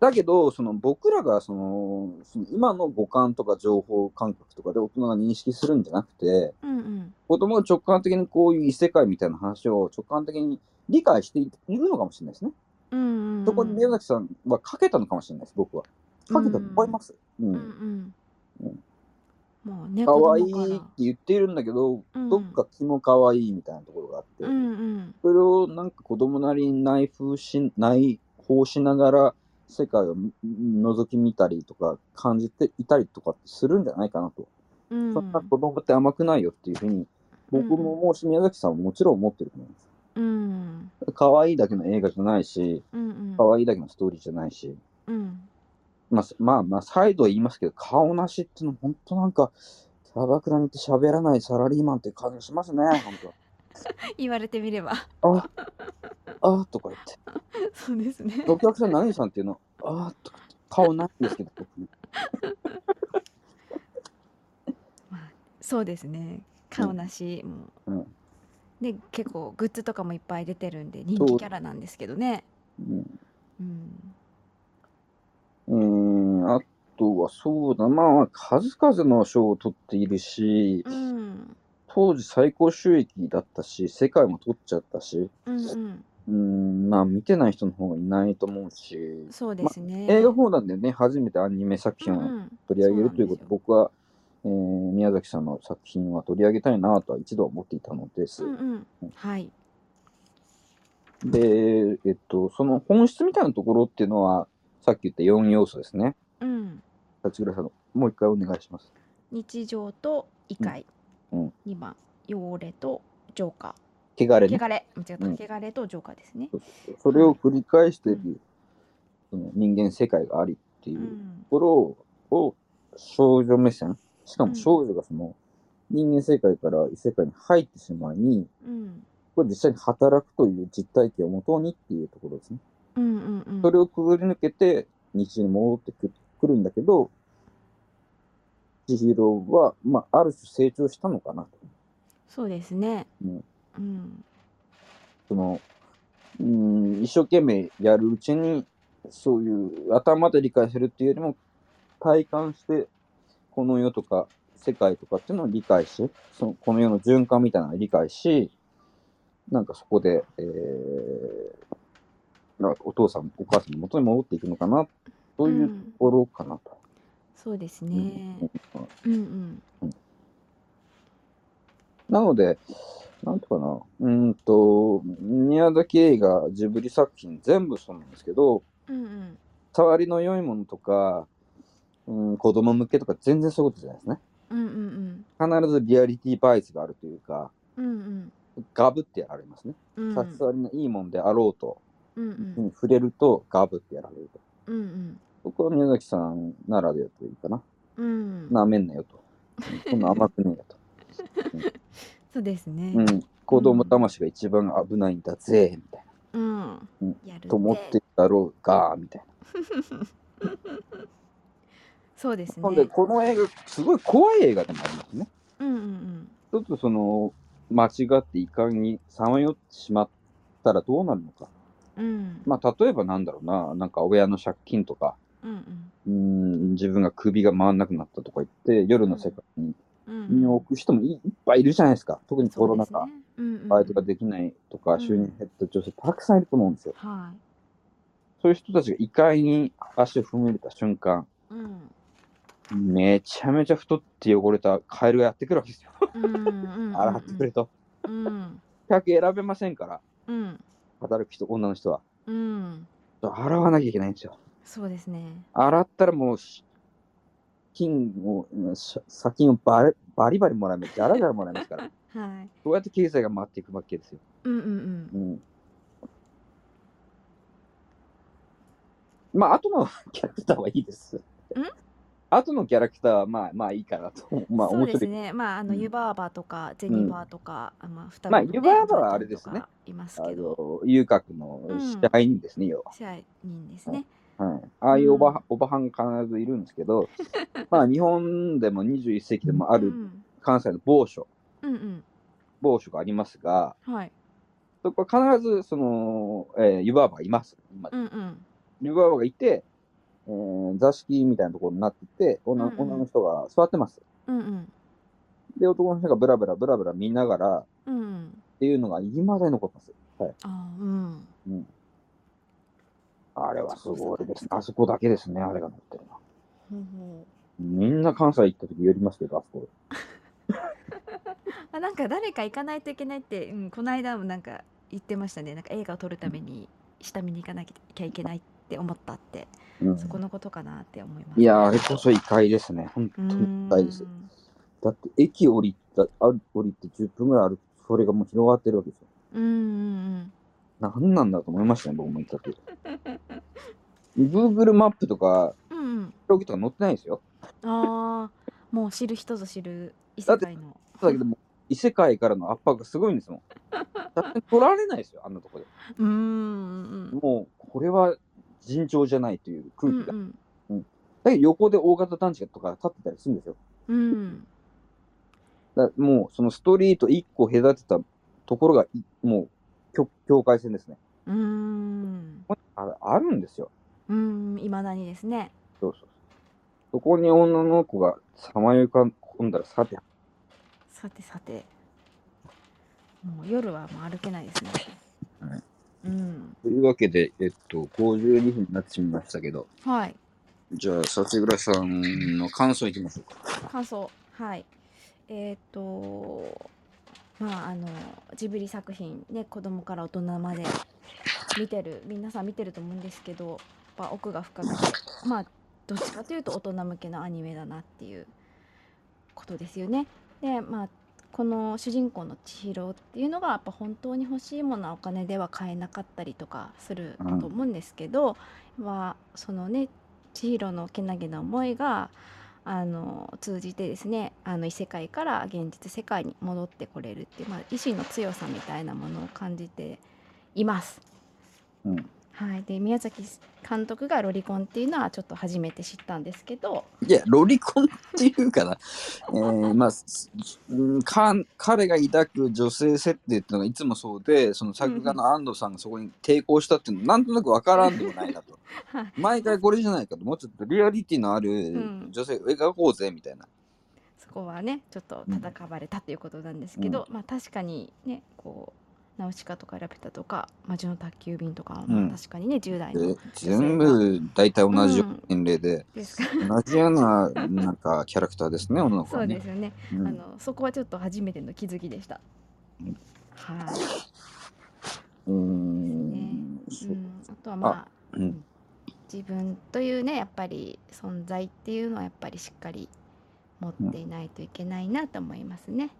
だけど、その僕らがそのその今の五感とか情報感覚とかで大人が認識するんじゃなくて、うんうん子供が直感的にこういう異世界みたいな話を直感的に理解しているのかもしれないですね。うんうんうんそこに宮崎さんはかけたのかもしれないです、僕は。かけたと思います。うん。うんうんうんもうね可愛子供からいって言っているんだけど、うんどっか気も可愛いみたいなところがあって、うんうんそれをなんか子供なりに内風し、内包しながら世界をん覗き見たりとか感じていたりとかするんじゃないかなと。うんそんな子供って甘くないよっていうふうに、僕も思うし、宮崎さんももちろん思ってると思います。うん可愛いだけの映画じゃないし、うん可愛いだけのストーリーじゃないし、うんまあ、まあ、まあ、再度言いますけど、顔なしっていうの、本当なんか、キャバクラに行って喋らないサラリーマンって感じがしますね、本言われてみれば 当。あ、あとか言って。そうですねお客さん何さんっていうの、あーとか言って顔ないんですけど、僕そうですね顔なしもう、うんで結構グッズとかもいっぱい出てるんで人気キャラなんですけどねうんうん、うーん、あとはそうだ、まあ、数々の賞を取っているし、うん当時最高収益だったし、世界も取っちゃったし、うんうんうん、まあ、見てない人の方がいないと思うし、そうですね、映画放談でね、初めてアニメ作品をうんうん取り上げるというこそうなんでと、すよ僕は、えー宮崎さんの作品は取り上げたいなとは一度は思っていたのです。うんうんはいで、えっと、その本質みたいなところっていうのは、さっき言った4要素ですね。うん立倉さん、もう一回お願いします。日常と異界、うんうん2番汚れと浄化汚れね。汚れ間違えた、うん汚れと浄化ですね、それを繰り返していうる、その人間世界がありっていううとんころを、を少女目線、しかうもん少女がその、人間世界から異世界に入ってしまい、うん、これ実際に働くという実体験をもとにっていうところですね。うんうんうんそれをくぐり抜けて日常に戻ってくくるんだけど、千尋は、まあ、ある種成長したのかなと。そうですねうんうんそのうん一生懸命やるうちに、そういう頭で理解するっていうよりも、体感して、この世とか世界とかっていうのを理解し、そのこの世の循環みたいなのを理解し、なんかそこで、えー、なんかお父さん、お母さんの元に戻っていくのかな、そういううとんころかなと。そうですね、うんうんなので、なんとかな、うーんと、宮崎映画、ジブリ作品、全部そうなんですけど、うんうん触りの良いものとか、うん、子供向けとか、全然そういうことじゃないですね。うんうん必ずリアリティバイスがあるというか、うんうんガブってやられますね。うん立ち触りのいいもんであろうと、うんうん触れると、ガブってやられると。うんうん僕は宮崎さんならではというかな。うんなめんなよと。うんこんな甘くねえよと。そうです ねうん、子供魂が一番危ないんだぜ、みたいな。うんうんやるねと思っていたろうが、みたいな。そうですなねので、この映画、すごい怖い映画でもありますね。うんうんちょっとその、間違っていかにさまよってしまったらどうなるのか。うんうんまあ、例えばなんだろうな、なんか親の借金とか、うんうーん、自分が首が回らなくなったとか言って、夜の世界にうん身を置く人もいいっぱいいるじゃないですか。特にコそうロでナす禍、ねうんうんうんバイトができないとうか、ん収入減った女性、たくさんいると思うんですよ。はそういう人たちが異界に足を踏み入れた瞬間、いうんめちゃめちゃ太って汚れたカエルがやってくるわけですよ。うんうんうん洗ってくれと。うん客選べませんから、うん働く人、女の人は。うん洗わなきゃいけないんですよ。そうですね洗ったらもうし、金を、うんし砂金をバレバリバリもらえます。じゃらじゃらもらえます から。はいそうやって経済が回っていくわけですよ。うんうんうんうん。まあ、後のキャラクターはいいです。後のキャラクターはまあまあいいかなと。まあそう面です白い。ね。まああのうん湯婆婆とかゼニバーとか、あまあ双子まあのね湯婆婆はあれです弟ねとかいますあけど、の、遊郭の支配人ですね、要は。支配人ですね。はい、ああいうおば,、おばはんが必ずいるんですけど、 まあ日本でも21世紀でもあうるん関西の某所、うんうん某所がありますが、うんはいそこは必ずその、えー、湯婆婆がいます。今うんうん湯婆婆がいて、えー座敷みたいなところになってて、女,、うんうん女の人が座ってます。うんうんで、男の人がブラブラブラブラ見ながらっうんうんていうのがいまだに残ってます。はい。あーうんうん、あれはすごいですね。あそこだけですね、あれが残ってるのは。ほうほみんな関西行った時寄りますけど、あそこ。うあなんか誰か行かないといけないって、うん、この間もなんか言ってましたねなんか映画を撮るために下見に行かなきゃいけないっって思ったって、うんそこのことかなって思います。いやー、あれこそ異界ですね。本当うにん異界です。だって、駅降りた、あ降りて10分ぐらい歩く、それがもう広がってるわけですよ。うんうん何なんだと思いましたね、僕も行った時。Google マップとか、うんうんうんロケとか載ってないですよ。ああもう知る人ぞ知る異世界のだけども、異世界からの圧迫がすごいんですもん。だって取られないですよ、あんなとこで。うーんうんもう、これは尋常じゃないというう空気んが。うんだけど横で大型団地とか立ってたりするんですよ。うんだもう、そのストリート1個隔てたところがい、もう、境境界線ですね。うーんああるんですよ。うんいまだにですねそうそうそう。そこに女の子がさまよい込んだらさて、さてさてもう夜はもう歩けないですねはいうんというわけで、えっと、52分になってしまいましたけど、はいじゃあ、さてぐらさんの感想いきましょうか。感想はいえーっ、とまああのジブリ作品ね子供から大人まで見てる皆さん見てると思うんですけどやっぱ奥が深くてまあどっちかというと大人向けのアニメだなっていうことですよね。でまあこの主人公の千尋っていうのがやっぱ本当に欲しいものはお金では買えなかったりとかすると思うんですけど、はそのね千尋のけなげな思いがあの通じてですねあの異世界から現実世界に戻ってこれるっていう、まあ、意志の強さみたいなものを感じています。うん。はい、で宮崎監督がロリコンっていうのはちょっと初めて知ったんですけど、いや、ロリコンっていうかな、えー、まあ、すうんか彼が抱く女性設定っていうのがいつもそうで、その作画の安藤さんがそこに抵抗したっていうのも、なんとなくわからんでもないなと。はい毎回これじゃないかと、もうちょっとリアリティのあるん女性を描こうぜみたいな。そこはねちょっと戦われたということなんですけど、まあ確かにねこうナウシカとかラピュタとか魔女の宅急便とかはまあうん確かにね、10代ので全部大体同じような年齢で、ですから、同じようななんかキャラクターですね、女の子そはうね。ですよね、うんあのそこはちょっと初めての気づきでした。うんはい、、うーん、そううんあとはまあうん自分というねやっぱり存在っていうのはやっぱりしっかり持っていないといけないなと思いますね。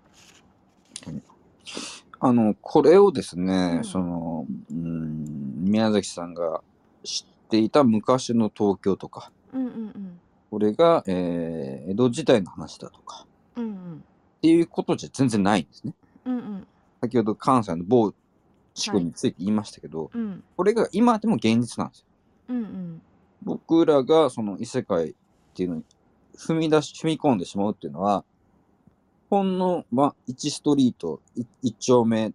あのこれをですね、うんそのうーん宮崎さんが知っていた昔の東京とかうんうんこれが、えー江戸時代の話だとかうんうんっていうことじゃ全然ないんですね。うんうん先ほど関西の某地区について言いましたけど、うんこれが今でも現実なんですよ。うんうん僕らがその異世界っていうのに踏み出し、踏み込んでしまうっていうのは、ほんの、まあ、1ストリート、い1丁目、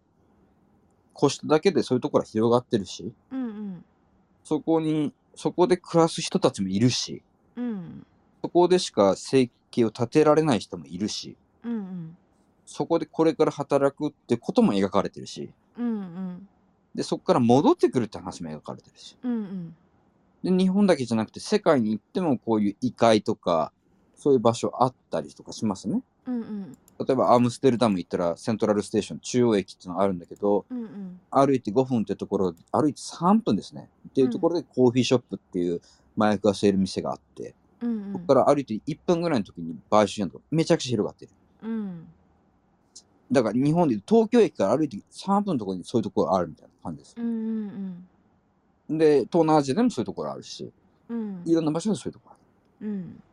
越しただけでそういうところが広がってるし、うんそこに、そこで暮らす人たちもいるし、うんうんそこでしか生計を立てられない人もいるし、うんそこでこれから働くってことも描かれてるし、うんうんで、そこから戻ってくるって話も描かれてるし。うんうんで日本だけじゃなくて世界に行ってもこういう異界とかそういう場所あったりとかしますね。うんうん例えばアムステルダム行ったらセントラルステーション中央駅っていうのがあるんだけどうんうん歩いて5分ってところ歩いて3分ですねっていうところでコーヒーショップっていう麻薬が吸える店があってうんここから歩いて1分ぐらいの時に買収なんかめちゃくちゃ広がってる。うんだから日本でいう東京駅から歩いて3分のところにそういうところがあるみたいな感じですう。んで東南アジアでもそういうところあるしうんいろんな場所でそういうところある。うん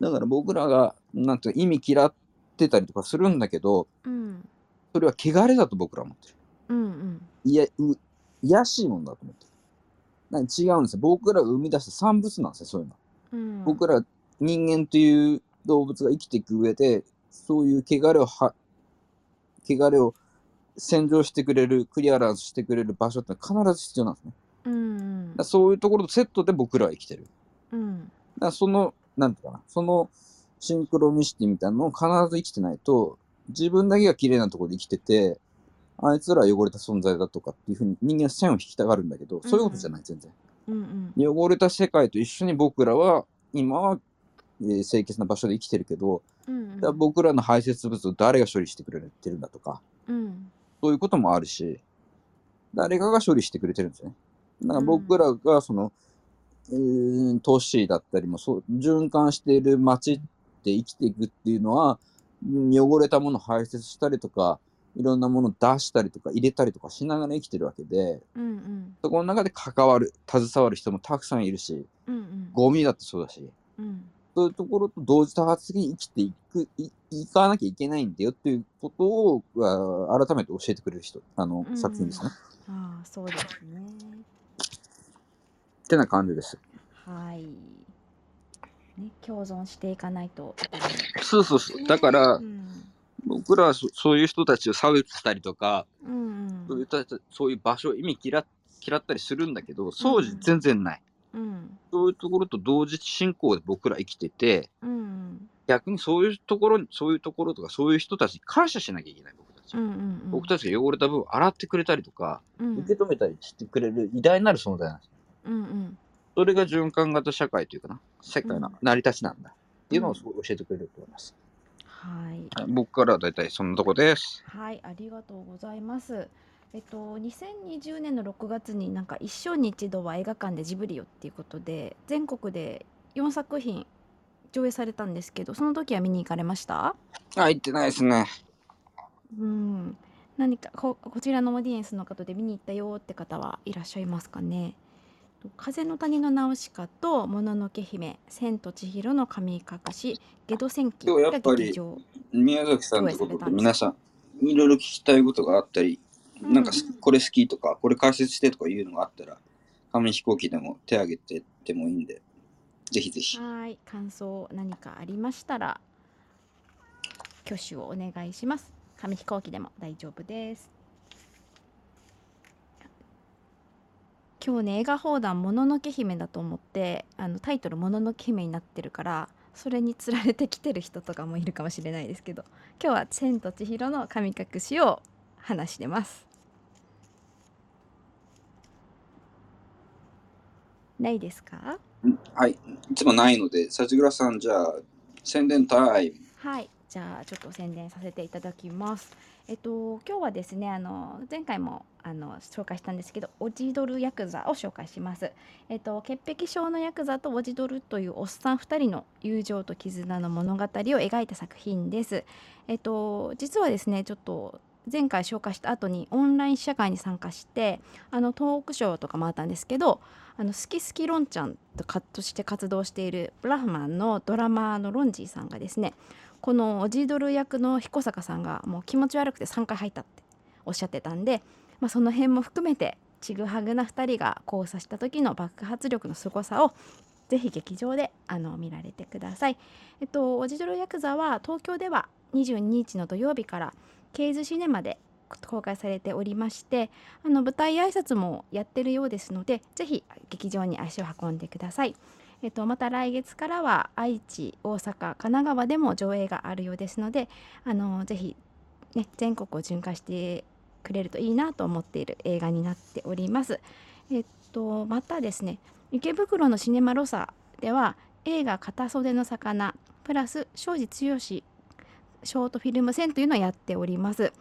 だから僕らが、なんていうか意味嫌ってたりとかするんだけど、うんそれは汚れだと僕らは思ってる。うんいや、う、卑しいもんだと思ってる。なんか違うんですよ。僕らが生み出した産物なんですよ、そういうの。うん僕ら人間という動物が生きていく上で、そういう汚れをは、汚れを洗浄してくれる、クリアランスしてくれる場所ってのは必ず必要なんですね。うんだからそういうところとセットで僕らは生きてる。うんだからその、なんていうかな、そのシンクロニシティみたいなのを必ず生きてないと、自分だけが綺麗なところで生きてて、あいつらは汚れた存在だとかっていうふうに人間は線を引きたがるんだけど、そういうことじゃない、全然。うん汚れた世界と一緒に僕らは、今は、えー清潔な場所で生きてるけど、だから僕らの排泄物を誰が処理してくれてるんだとか、うんそういうこともあるし、誰かが処理してくれてるんですよね。だから僕らがその、うーん都市だったりもそう循環している街って生きていくっていうのはうん汚れたものを排泄したりとかいろんなものを出したりとか入れたりとかしながら生きてるわけでうんそこの中で関わる携わる人もたくさんいるしうんうんゴミだってそうだしうんうんそういうところと同時多発的に生きていくいいかなきゃいけないんだよっていうことをあー改めて教えてくれる人あの、うん作品ですね。ああそうですねってな感じです。はいね共存していかないといけないですねそうそうそうだから、うん僕らはそそういう人たちを差別したりとか、うんそうういうん人たちそういう場所を意味嫌っ嫌ったりするんだけどそうじうん全然ない、うんそういうところと同時進行で僕ら生きててうん逆にそういうところにそういうところとかそういう人たちに感謝しなきゃいけない僕たち、うんうん僕たちが汚れた分を洗ってくれたりとか、うん受け止めたりしてくれる偉大なる存在なんですうんうんそれが循環型社会というかな世界うのん成り立ちなんだ、っていうのうをんすごい教えてくれると思います、はいはい僕からは大体そんなとこですはい、ありがとうございます。えっと、2020年の6月になんか一生に一度は映画館でジブリをっていうことで全国で4作品上映されたんですけどその時は見に行かれましたあ行ってないですねうん何かここちらのオーディエンスの方で見に行ったよって方はいらっしゃいますかねと風の谷のナウシカともののけ姫千と千尋の神隠しゲド戦記今日やがっぱり劇場宮崎さんってことで皆さんいろいろ聞きたいことがあったり、うんなんかすこれ好きとかこれ解説してとかいうのがあったら紙飛行機でも手挙げてでもいいんでぜひぜひはい、感想何かありましたら挙手をお願いします。紙飛行機でも大丈夫です。今日ね映画放談「もののけ姫」だと思ってあのタイトル「もののけ姫」になってるからそれにつられてきてる人とかもいるかもしれないですけど今日は「千と千尋の神隠し」を話してます。ないですかうんはいいつもないので幸倉さんじゃあ宣伝タイムはい、じゃあちょっと宣伝させていただきます。えっと今日はですね、あの前回もあの紹介したんですけど、オジドルヤクザを紹介します。えっと潔癖症のヤクザとオジドルというおっさん2人の友情と絆の物語を描いた作品です。えっと実はですね、ちょっと前回紹介した後にオンライン試写会に参加してあのトークショーとかもあったんですけどあの好き好きロンちゃんとかとして活動しているブラフマンのドラマーのロンジーさんがですねこのオジドル役の彦坂さんがもう気持ち悪くて3回入ったっておっしゃってたんで、まあ、その辺も含めてちぐはぐな2人が交差した時の爆発力の凄さをぜひ劇場であの見られてください。えっと、オジドルヤクザは東京では22日の土曜日からケイズシネマで公開されておりましてあの舞台挨拶もやってるようですのでぜひ劇場に足を運んでください。えっと、また来月からは愛知大阪神奈川でも上映があるようですのであのぜひ、ね、全国を巡回してくれるといいなと思っている映画になっております。えっと、またですね池袋のシネマロサでは映画「片袖の魚」プラス庄司剛ショートフィルム戦というのをやっております。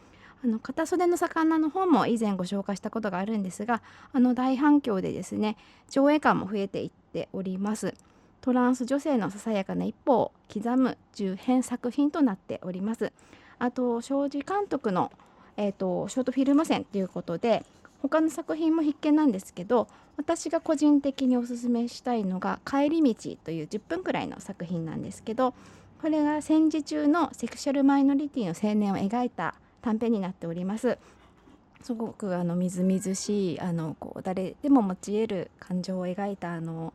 あの片袖の魚の方も以前ご紹介したことがあるんですがあの大反響でですね上映感も増えていっておりますトランス女性のささやかな一歩を刻む10編作品となっておりますあと庄司監督の、えー、とショートフィルム戦ということで他の作品も必見なんですけど私が個人的におすすめしたいのが「帰り道」という10分くらいの作品なんですけどこれが戦時中のセクシャルマイノリティの青年を描いた短編になっております。すごくあのみずみずしいあのこう誰でも持ち得る感情を描いたあの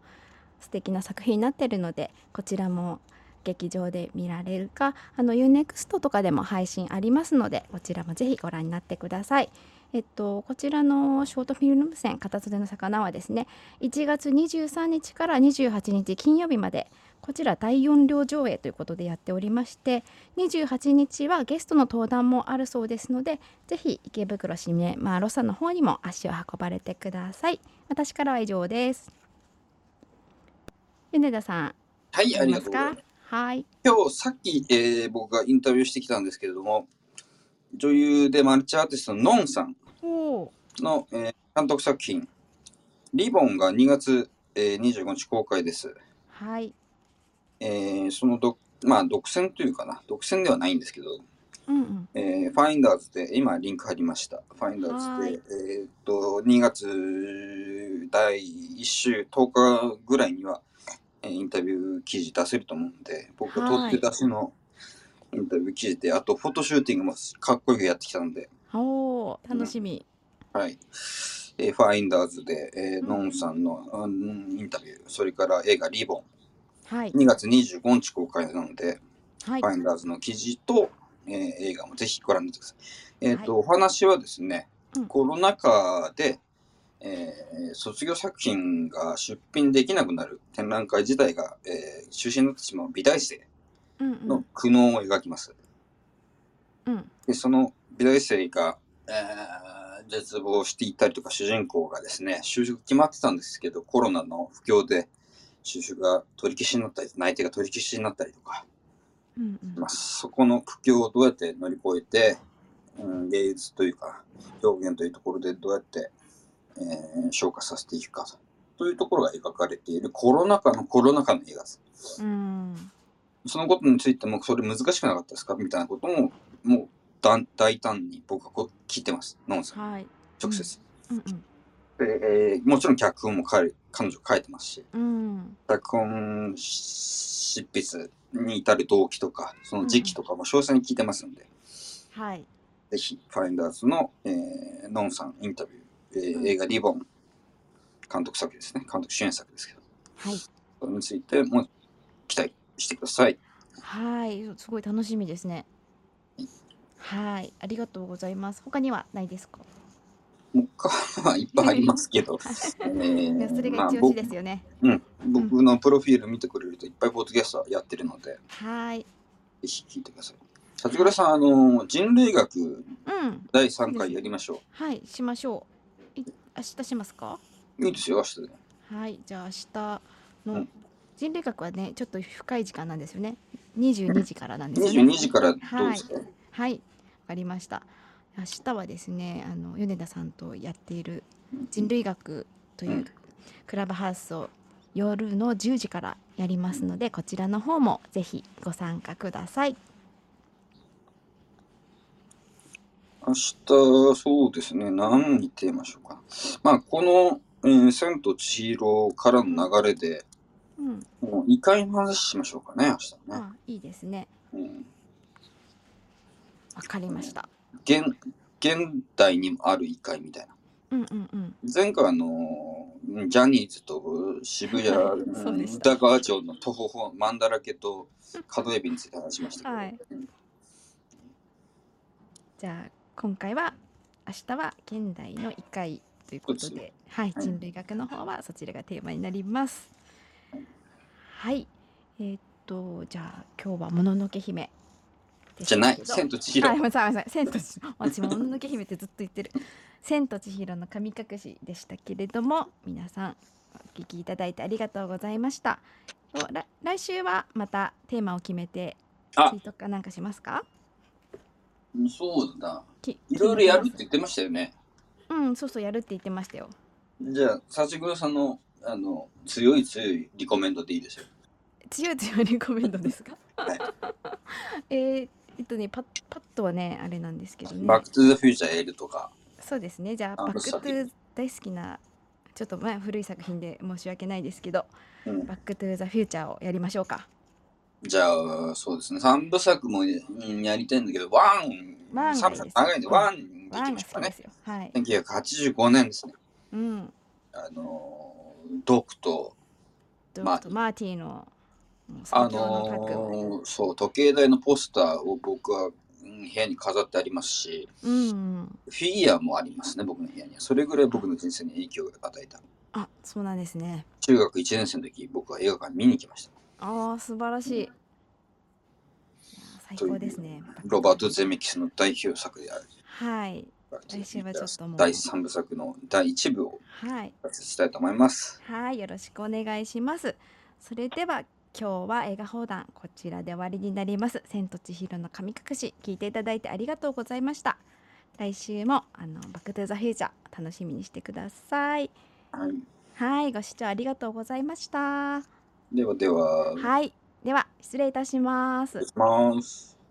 素敵な作品になっているのでこちらも劇場で見られるかあの UNEXT とかでも配信ありますのでこちらもぜひご覧になってください。えっと、こちらのショートフィルム戦「片袖の魚」はですね1月23日から28日金曜日までこちら第4両上映ということでやっておりまして28日はゲストの登壇もあるそうですのでぜひ池袋シネマロサの方にも足を運ばれてください。私からは以上です。米田さん、はいありがとうございかます。はい。今日さっき、えー僕がインタビューしてきたんですけれども女優でマルチアーティストののんさんおお。の、えー監督作品「リボン」が2月えー、25日公開です。はい。えーそのど、まあ、独占というかな、独占ではないんですけど、うんうん。えー、ファインダーズで、今リンク貼りました。ファインダーズで、えーっと、2月第1週10日ぐらいには、えーインタビュー記事出せると思うんで、僕がは取いって出しのインタビュー記事で、あとフォトシューティングもかっこよくやってきたんで、おー楽しみ。はい。えーファインダーズで、えーうんノンさんの、うん、インタビュー、それから映画リボはいン、。2月25日公開なので、はいフ。ァインダーズの記事と、えー映画もぜひご覧になってください。えっ、と、お話はですね、うんコロナ禍で、えー卒業作品が出品できなくなる展覧会自体が、えー中止になってしまう美大生うんうのん。苦悩を描きます。うん。で、その美大生が、えー絶望していたりとか、主人公がですね、就職決まってたんですけど、コロナの不況で就職が取り消しになったり、内定が取り消しになったりとか、うんうん。まあ、そこの苦境をどうやって乗り越えて、うん、芸術というか表現というところでどうやって、えー昇華させていくかとというところが描かれているコロナ禍のコロナ禍の映画です。うん。そのことについてもそれ難しくなかったですかみたいなことももう大大胆に僕はこう聞いてますノンさんはい。直接。うんでえーもちろん脚本も彼彼女書いてますしうん。うん。脚本執筆に至る動機とかその時期とかも詳細に聞いてますんで。はい。ぜひ、ファインダーズの、えーノンさんインタビュー、えーうん映画リボン、監督作ですね、監督主演作ですけど、はい。それについても期待してください。はい。すごい楽しみですね。はい。ありがとうございます。他にはないですか。他はいっぱいありますけ ど、えーいやそれまがあ一押しですよね。僕うん、僕のプロフィール見てくれるといっぱいポッドキャストやってるので、ぜはい。ひ聞いてください。幸倉さん、あの人類学うん。第3回やりましょはい。しましょう。い明日しますか。う。いいですよ、明日で。はい。じゃあ明日うのん人類学はね、ちょっと深い時間なんですよね。二十二時からなんですよね。 22時からどうですか、はい。わかりました。明日はですね、あの米田さんとやっている人類学といううんクラブハウスを夜の10時からやりますのでこちらの方もぜひご参加ください。明日、そうですね、何にテーマしようかな。まあ、この、えー千と千尋からの流れで、うん、もう異界の話しましょうかね、明日ね。あいいですね。うん、わかりました。現現代にもある異界みたいな。うんうんうん。前回、あのージャニーズと渋谷、はいう んそうでし宇た田川町の徒歩本、マンだらけと角エビについて話しましたけど、はいうんじゃあ今回は明日は現代の異界ということそうでで、はい、はい人類学の方はそちらがテーマになります。はい。えーっとじゃあ今日はもののけ姫でじしゃたなけい、ど。千と千尋。あごめんなさいごめんなさい。千と千尋。私もののけ姫ってずっと言ってる。 千と千尋の神隠しでしたけれども、皆さんお聞きいただいてありがとうございました。おら来週はまたテーマを決めてあツイートかなんかしますか？うんそうだ。きいろいろやるって言ってましたよね。うん、そうそうやるって言ってましたよ。じゃあ、幸倉さんの、あの、強い強いリコメンドでいいですよ。強い強いレコメンドですかはい？ えーえっとねパッパッとはねあれなんですけどね。バックトゥザフューチャーエルとか。そうですね。じゃああバックさトっきゥ大好きなちょっとまあ古い作品で申し訳ないですけど、うんバックトゥザフューチャーをやりましょうか。じゃあ、そうですね。三部作もうんやりたいんだけど、ワン、ワンがいいです三部作長いんで、ワンでいワきンがましょ好うかきでね。すよ。はい。 1985年ですね。うん。あのー、ドクと、とまああとマーティのもうあ最強のタッグを、のー、そう、時計台のポスターを僕はうん部屋に飾ってありますし、うんうん。フィギュアもありますね、僕の部屋には。それぐらい僕の人生に影響を与えた。あ、そうなんですね。中学1年生の時、僕は映画館見に行きました。ああ、素晴らしい。いやー最高ですね。ロバート・ゼメキスの代表作である。はい。来週はちょっともう第3部作の第1部をはい。解説したいと思います。はい。よろしくお願いします。それでは今日は映画放談こちらで終わりになります。千と千尋の神隠し聞いていただいてありがとうございました。来週もあのバックトゥザフューチャー楽しみにしてください。はい。はい、ご視聴ありがとうございました。ではでは、はい、では失礼いたします失礼。します。